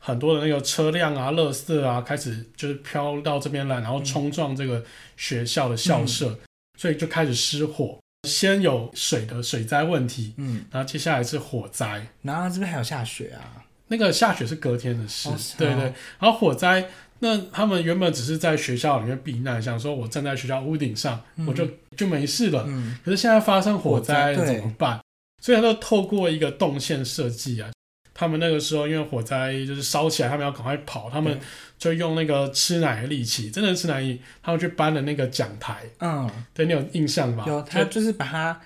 很多的那个车辆啊、垃圾啊，开始就是飘到这边来，然后冲撞这个学校的校舍，嗯所以就开始失火。先有水的水灾问题，嗯，然后接下来是火灾。然后这边还有下雪啊，那个下雪是隔天的事，哦是哦对对。然后火灾，那他们原本只是在学校里面避难，想说我站在学校屋顶上，嗯我就就没事了。嗯可是现在发生火火灾灾了对怎么办？所以他就透过一个动线设计啊，他们那个时候因为火灾就是烧起来，他们要赶快跑，他们对就用那个吃奶的力气，真的吃奶力，他们去搬了那个讲台，嗯。对你有印象吧？有，就他就是把它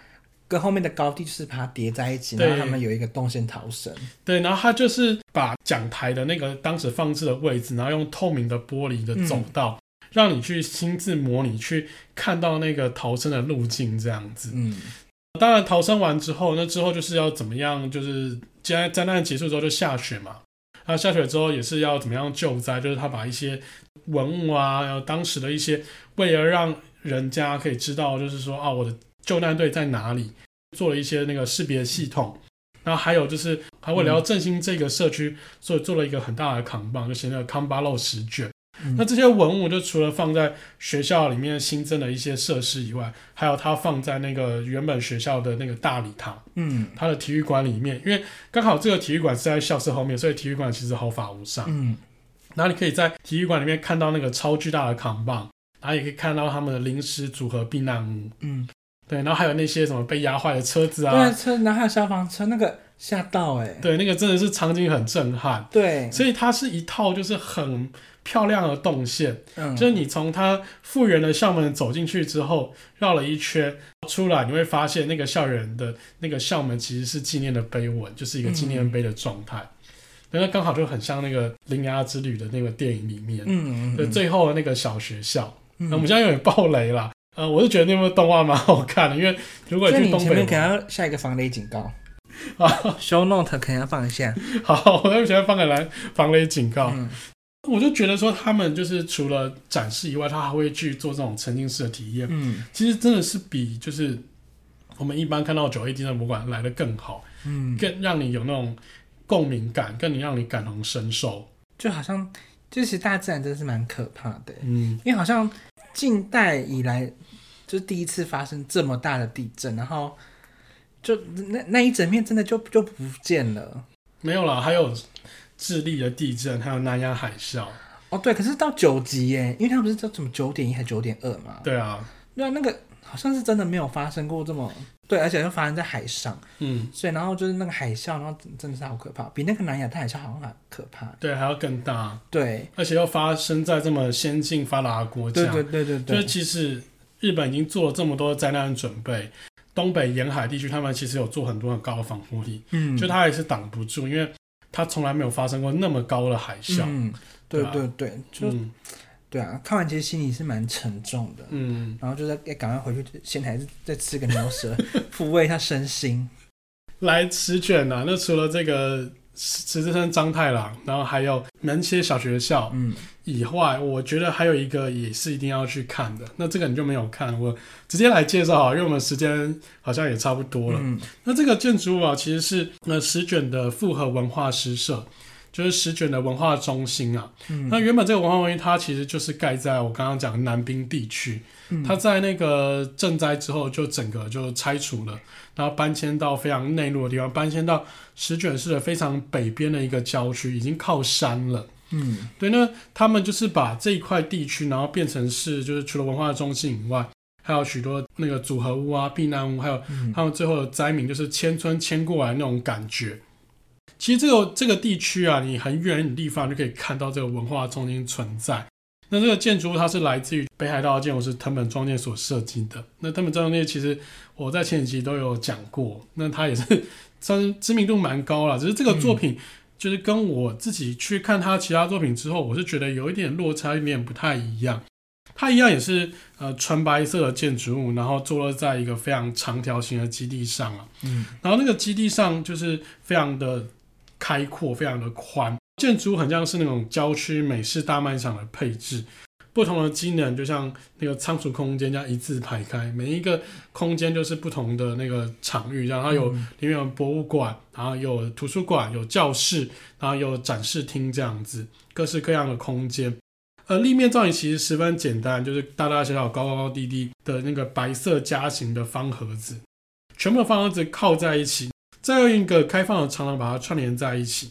跟后面的高地就是把它叠在一起，对然后他们有一个动线逃生。对，然后他就是把讲台的那个当时放置的位置，然后用透明的玻璃的走道，嗯让你去亲自模拟，去看到那个逃生的路径这样子。嗯，当然，逃生完之后，那之后就是要怎么样？就是现在灾难结束之后就下雪嘛，那下雪之后也是要怎么样救灾？就是他把一些文物啊，然后当时的一些，为了让人家可以知道，就是说啊，我的救难队在哪里，做了一些那个识别系统。然后还有就是，还为了要振兴这个社区，所以做了一个很大的扛棒，就是那个康巴肉石卷。嗯那这些文物就除了放在学校里面新增的一些设施以外，还有它放在那个原本学校的那个大礼堂，嗯它的体育馆里面，因为刚好这个体育馆是在校舍后面，所以体育馆其实毫发无伤。嗯然后你可以在体育馆里面看到那个超巨大的扛棒，然后也可以看到他们的临时组合避难屋，嗯，对，然后还有那些什么被压坏的车子对啊啊，，车，然后还有消防车，那个吓到哎、欸，对，那个真的是场景很震撼。对，所以它是一套就是很漂亮的动线，嗯，就是你从它复原的校门走进去之后，绕了一圈出来，你会发现那个校园的那个校门其实是纪念的碑文，就是一个纪嗯念碑的状态。那、刚好就很像那个《铃芽之旅》的那个电影里面，嗯嗯，对，最后的那个小学校。嗯那、我们现在有点爆雷啦。呃，我是觉得那部动画蛮好看的，因为如果所以去你东前北面可玩， 能要下一个防雷警告啊， ，show note 可能要放一下，好，我在前面放个蓝防雷警告。嗯我就觉得说，他们就是除了展示以外，他还会去做这种沉浸式的体验。嗯其实真的是比就是我们一般看到九 A D 的博物馆来的更好，嗯，更让你有那种共鸣感，更让你感同身受。就好像就其实大自然真的是蛮可怕的欸、嗯，因为好像近代以来就是第一次发生这么大的地震，然后就那那一整片真的就就不见了。没有啦，还有智利的地震，还有南洋海啸。哦，对，可是到九级耶，因为它不是叫什么九点一还九点二嘛？对啊，对啊，那个好像是真的没有发生过这么对，而且又发生在海上，嗯，所以然后就是那个海啸，然后真真的是好可怕，比那个南亚大海啸好像还可怕。对，还要更大，对，而且又发生在这么先进发达的国家。对对对对就是对，其实日本已经做了这么多灾难的准备，东北沿海地区他们其实有做很多很高的防护力，嗯，就它也是挡不住，因为它从来没有发生过那么高的海啸。嗯，对对对，就嗯对啊，看完其实心里是蛮沉重的。嗯，然后就在哎赶快回去，先还是再吃个牛舌， 抚慰一下身心。来池卷啊，那除了这个池之生张太郎，然后还有门切小学校嗯，以外，我觉得还有一个也是一定要去看的。那这个你就没有看，我直接来介绍啊，因为我们时间好像也差不多了。嗯那这个建筑物啊，其实是呃石卷的复合文化诗社，就是石卷的文化中心啊。嗯，那原本这个文化中心它其实就是盖在我刚刚讲的南滨地区，嗯它在那个震灾之后就整个就拆除了，然后搬迁到非常内陆的地方，搬迁到石卷市的非常北边的一个郊区，已经靠山了。嗯对，那他们就是把这一块地区，然后变成是就是除了文化中心以外，还有许多那个组合屋啊、避难屋，还有嗯他们最后的灾民就是迁村迁过来那种感觉。其实这个这个地区啊，你很远的地方就可以看到这个文化中心存在。那这个建筑物它是来自于北海道的建筑师藤本壮介所设计的。那藤本壮介其实我在前几集都有讲过， 那他也是算是知名度蛮高了。只是这个作品就是跟我自己去看他其他作品之后，我是觉得有一点落差，有点不太一样。它一样也是呃纯白色的建筑物，然后坐落在一个非常长条形的基地上啊。嗯然后那个基地上就是非常的开阔，非常的宽，建筑很像是那种郊区美式大卖场的配置。不同的机能就像那个仓储空间这样一字排开，每一个空间就是不同的那个场域，然后它有嗯里面有博物馆，然后有图书馆，有教室，然后有展示厅这样子，各式各样的空间。呃，立面造型其实十分简单，就是大大小小、高高低低的那个白色夹形的方盒子，全部的方盒子靠在一起，再用一个开放的长廊把它串联在一起。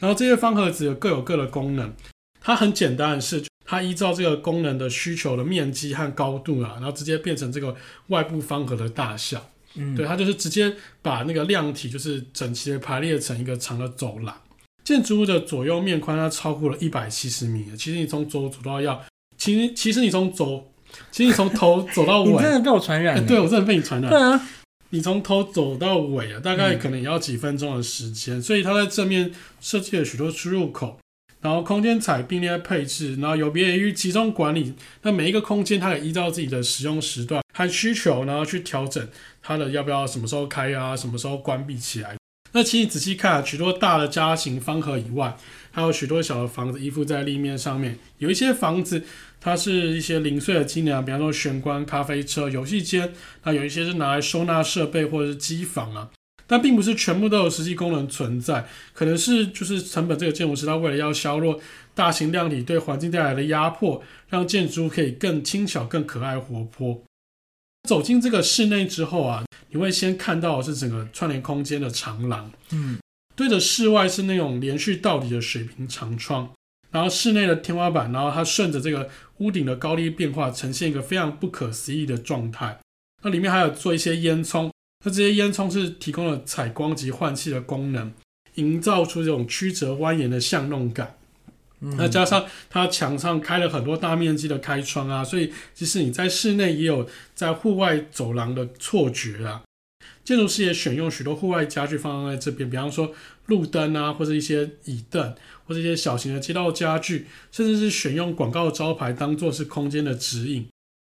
然后这些方盒子各有各的功能，它很简单的是，它依照这个功能的需求的面积和高度啊，然后直接变成这个外部方盒的大小。嗯，对，它就是直接把那个量体就是整齐的排列成一个长的走廊。建筑物的左右面宽它超过了一百七十米了，其实你从左走到右，其实其实你从左，其实你从头走到 你尾，真的被欸我传染哎了。对我真的被你传染对。啊，你从头走到尾啊，大概嗯可能也要几分钟的时间，所以它在正面设计了许多出入口，然后空间采并列配置，然后有别于集中管理，那每一个空间它也依照自己的使用时段和需求，然后去调整它的要不要什么时候开啊，什么时候关闭起来。那其实仔细看、啊，许多大的家型方盒以外，还有许多小的房子依附在立面上面。有一些房子，它是一些零碎的机能啊，比方说玄关、咖啡车、游戏间，那有一些是拿来收纳设备或者是机房啊。但并不是全部都有实际功能存在，可能是就是成本这个建筑师他为了要削弱大型量体对环境带来的压迫，让建筑可以更轻巧、更可爱、活泼。走进这个室内之后啊，你会先看到的是整个串联空间的长廊，嗯，对着室外是那种连续到底的水平长窗，然后室内的天花板，然后它顺着这个屋顶的高低变化，呈现一个非常不可思议的状态。那里面还有做一些烟囱，那这些烟囱是提供了采光及换气的功能，营造出这种曲折蜿蜒的巷弄感。嗯那加上它墙上开了很多大面积的开窗啊，所以即使你在室内也有在户外走廊的错觉啊。建筑师也选用许多户外家具放在这边，比方说路灯啊，或者一些椅凳，或者一些小型的街道家具，甚至是选用广告招牌当做是空间的指引。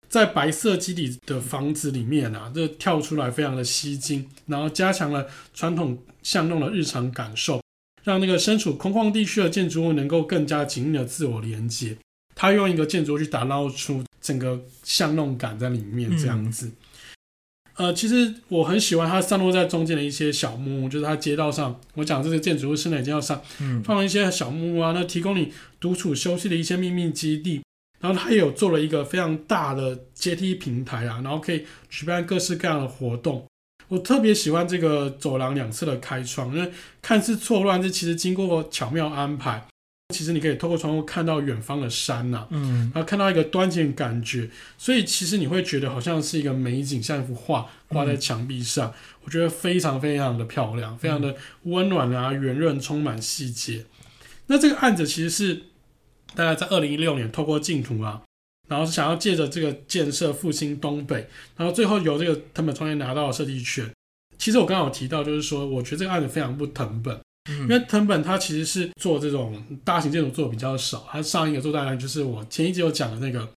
在白色基底的房子里面啊，这跳出来非常的吸睛，然后加强了传统巷弄的日常感受。让那个身处空旷地区的建筑物能够更加紧密的自我连接。他用一个建筑去打造出整个巷弄感在里面，这样子。呃，其实我很喜欢它散落在中间的一些小木屋，就是它街道上，我讲这个建筑物室内街道上嗯放了一些小木屋啊，那提供你独处休息的一些秘密基地。然后它也有做了一个非常大的阶梯平台啊，然后可以举办各式各样的活动。我特别喜欢这个走廊两侧的开窗，因为看似错乱，这其实经过巧妙安排，其实你可以透过窗户看到远方的山啊呐、嗯然后看到一个端景感觉，所以其实你会觉得好像是一个美景，像一幅画挂在墙壁上，我觉得非常非常的漂亮，非常的温暖啊，圆润，充满细节。那这个案子其实是大概在二零一六年透过净土啊，然后是想要借着这个建设复兴东北，然后最后由这个藤本创业拿到了设计权。其实我刚刚有提到，就是说，我觉得这个案子非常不藤本。因为藤本他其实是做这种大型建筑做的比较少，他上一个做大量就是我前一集有讲的那个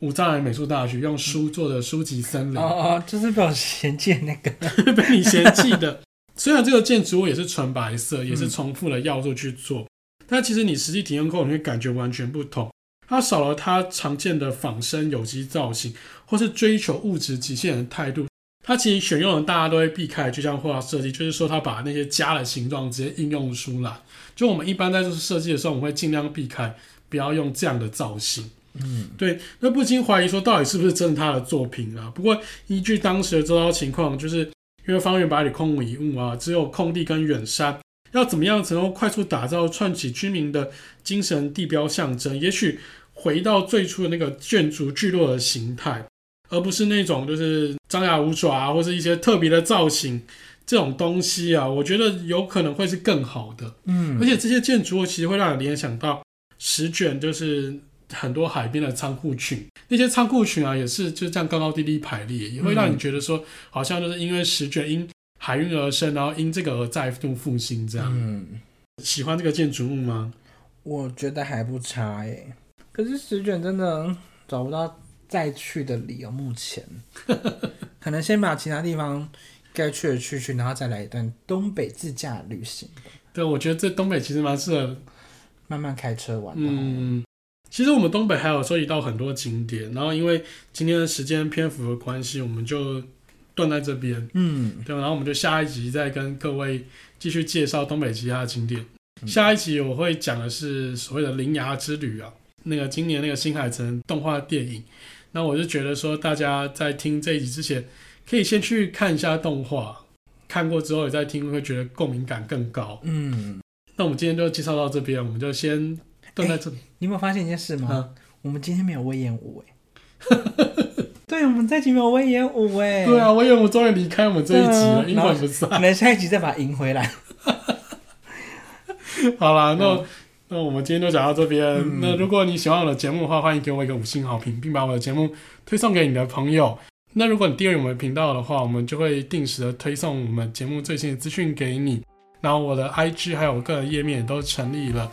五藏野美术大学用书做的书籍森林，哦哦，就是被我嫌弃的那个，被你嫌弃的。虽然这个建筑物也是纯白色，也是重复的要素去做，但其实你实际体验过，你会感觉完全不同。它少了它常见的仿生有机造型，或是追求物质极限的态度。它其实选用了大家都会避开的具象化设计，就是说它把那些家的形状直接应用出来。就我们一般在做设计的时候，我们会尽量避开，不要用这样的造型。嗯对，那不禁怀疑说，到底是不是真的他的作品啊？不过依据当时的周遭情况，就是因为方圆百里空无一物啊，只有空地跟远山，要怎么样才能够快速打造串起居民的精神地标象征？也许回到最初的那个建筑聚落的形态，而不是那种就是张牙舞爪啊，或是一些特别的造型这种东西啊，我觉得有可能会是更好的。嗯， 而且这些建筑物其实会让你联想到石卷，就是很多海边的仓库群，那些仓库群啊，也是就这样高高低低排列，也会让你觉得说，好像就是因为石卷因海运而生，然后因这个而再度复兴这样。嗯，喜欢这个建筑物吗？我觉得还不差耶。可是十卷真的找不到再去的理由，目 前可能先把其他地方该去的去去，然后再来一段东北自驾旅行，对，我觉得这东北其实蛮适合，慢慢开车玩。，嗯。其实我们东北还有收集到很多景点，然后因为今天的时间篇幅的关系，我们就断在这边。嗯，对，然后我们就下一集再跟各位继续介绍东北其他的景点。嗯下一集我会讲的是所谓的铃芽之旅啊，那个今年那个新海诚动画电影。那我就觉得说，大家在听这一集之前，可以先去看一下动画，看过之后也再听，会觉得共鸣感更高。嗯，那我们今天就介绍到这边，我们就先断在这里。你有没有发现一件事吗？嗯我们今天没有威严 舞哎。对，我们这集没有威严舞哎。对啊，我以为我终于离开我们这一集了，对啊英文不在。可能下一集再把它赢回 来。好啦，那、嗯那我们今天就讲到这边。嗯那如果你喜欢我的节目的话，欢迎给我一个五星好评，并把我的节目推送给你的朋友。那如果你订阅我们的频道的话，我们就会定时的推送我们节目最新的资讯给你。然后我的 IG 还有我个人页面也都成立了。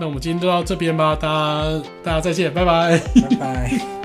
那我们今天就到这边吧，大家大家再见，拜拜。拜拜。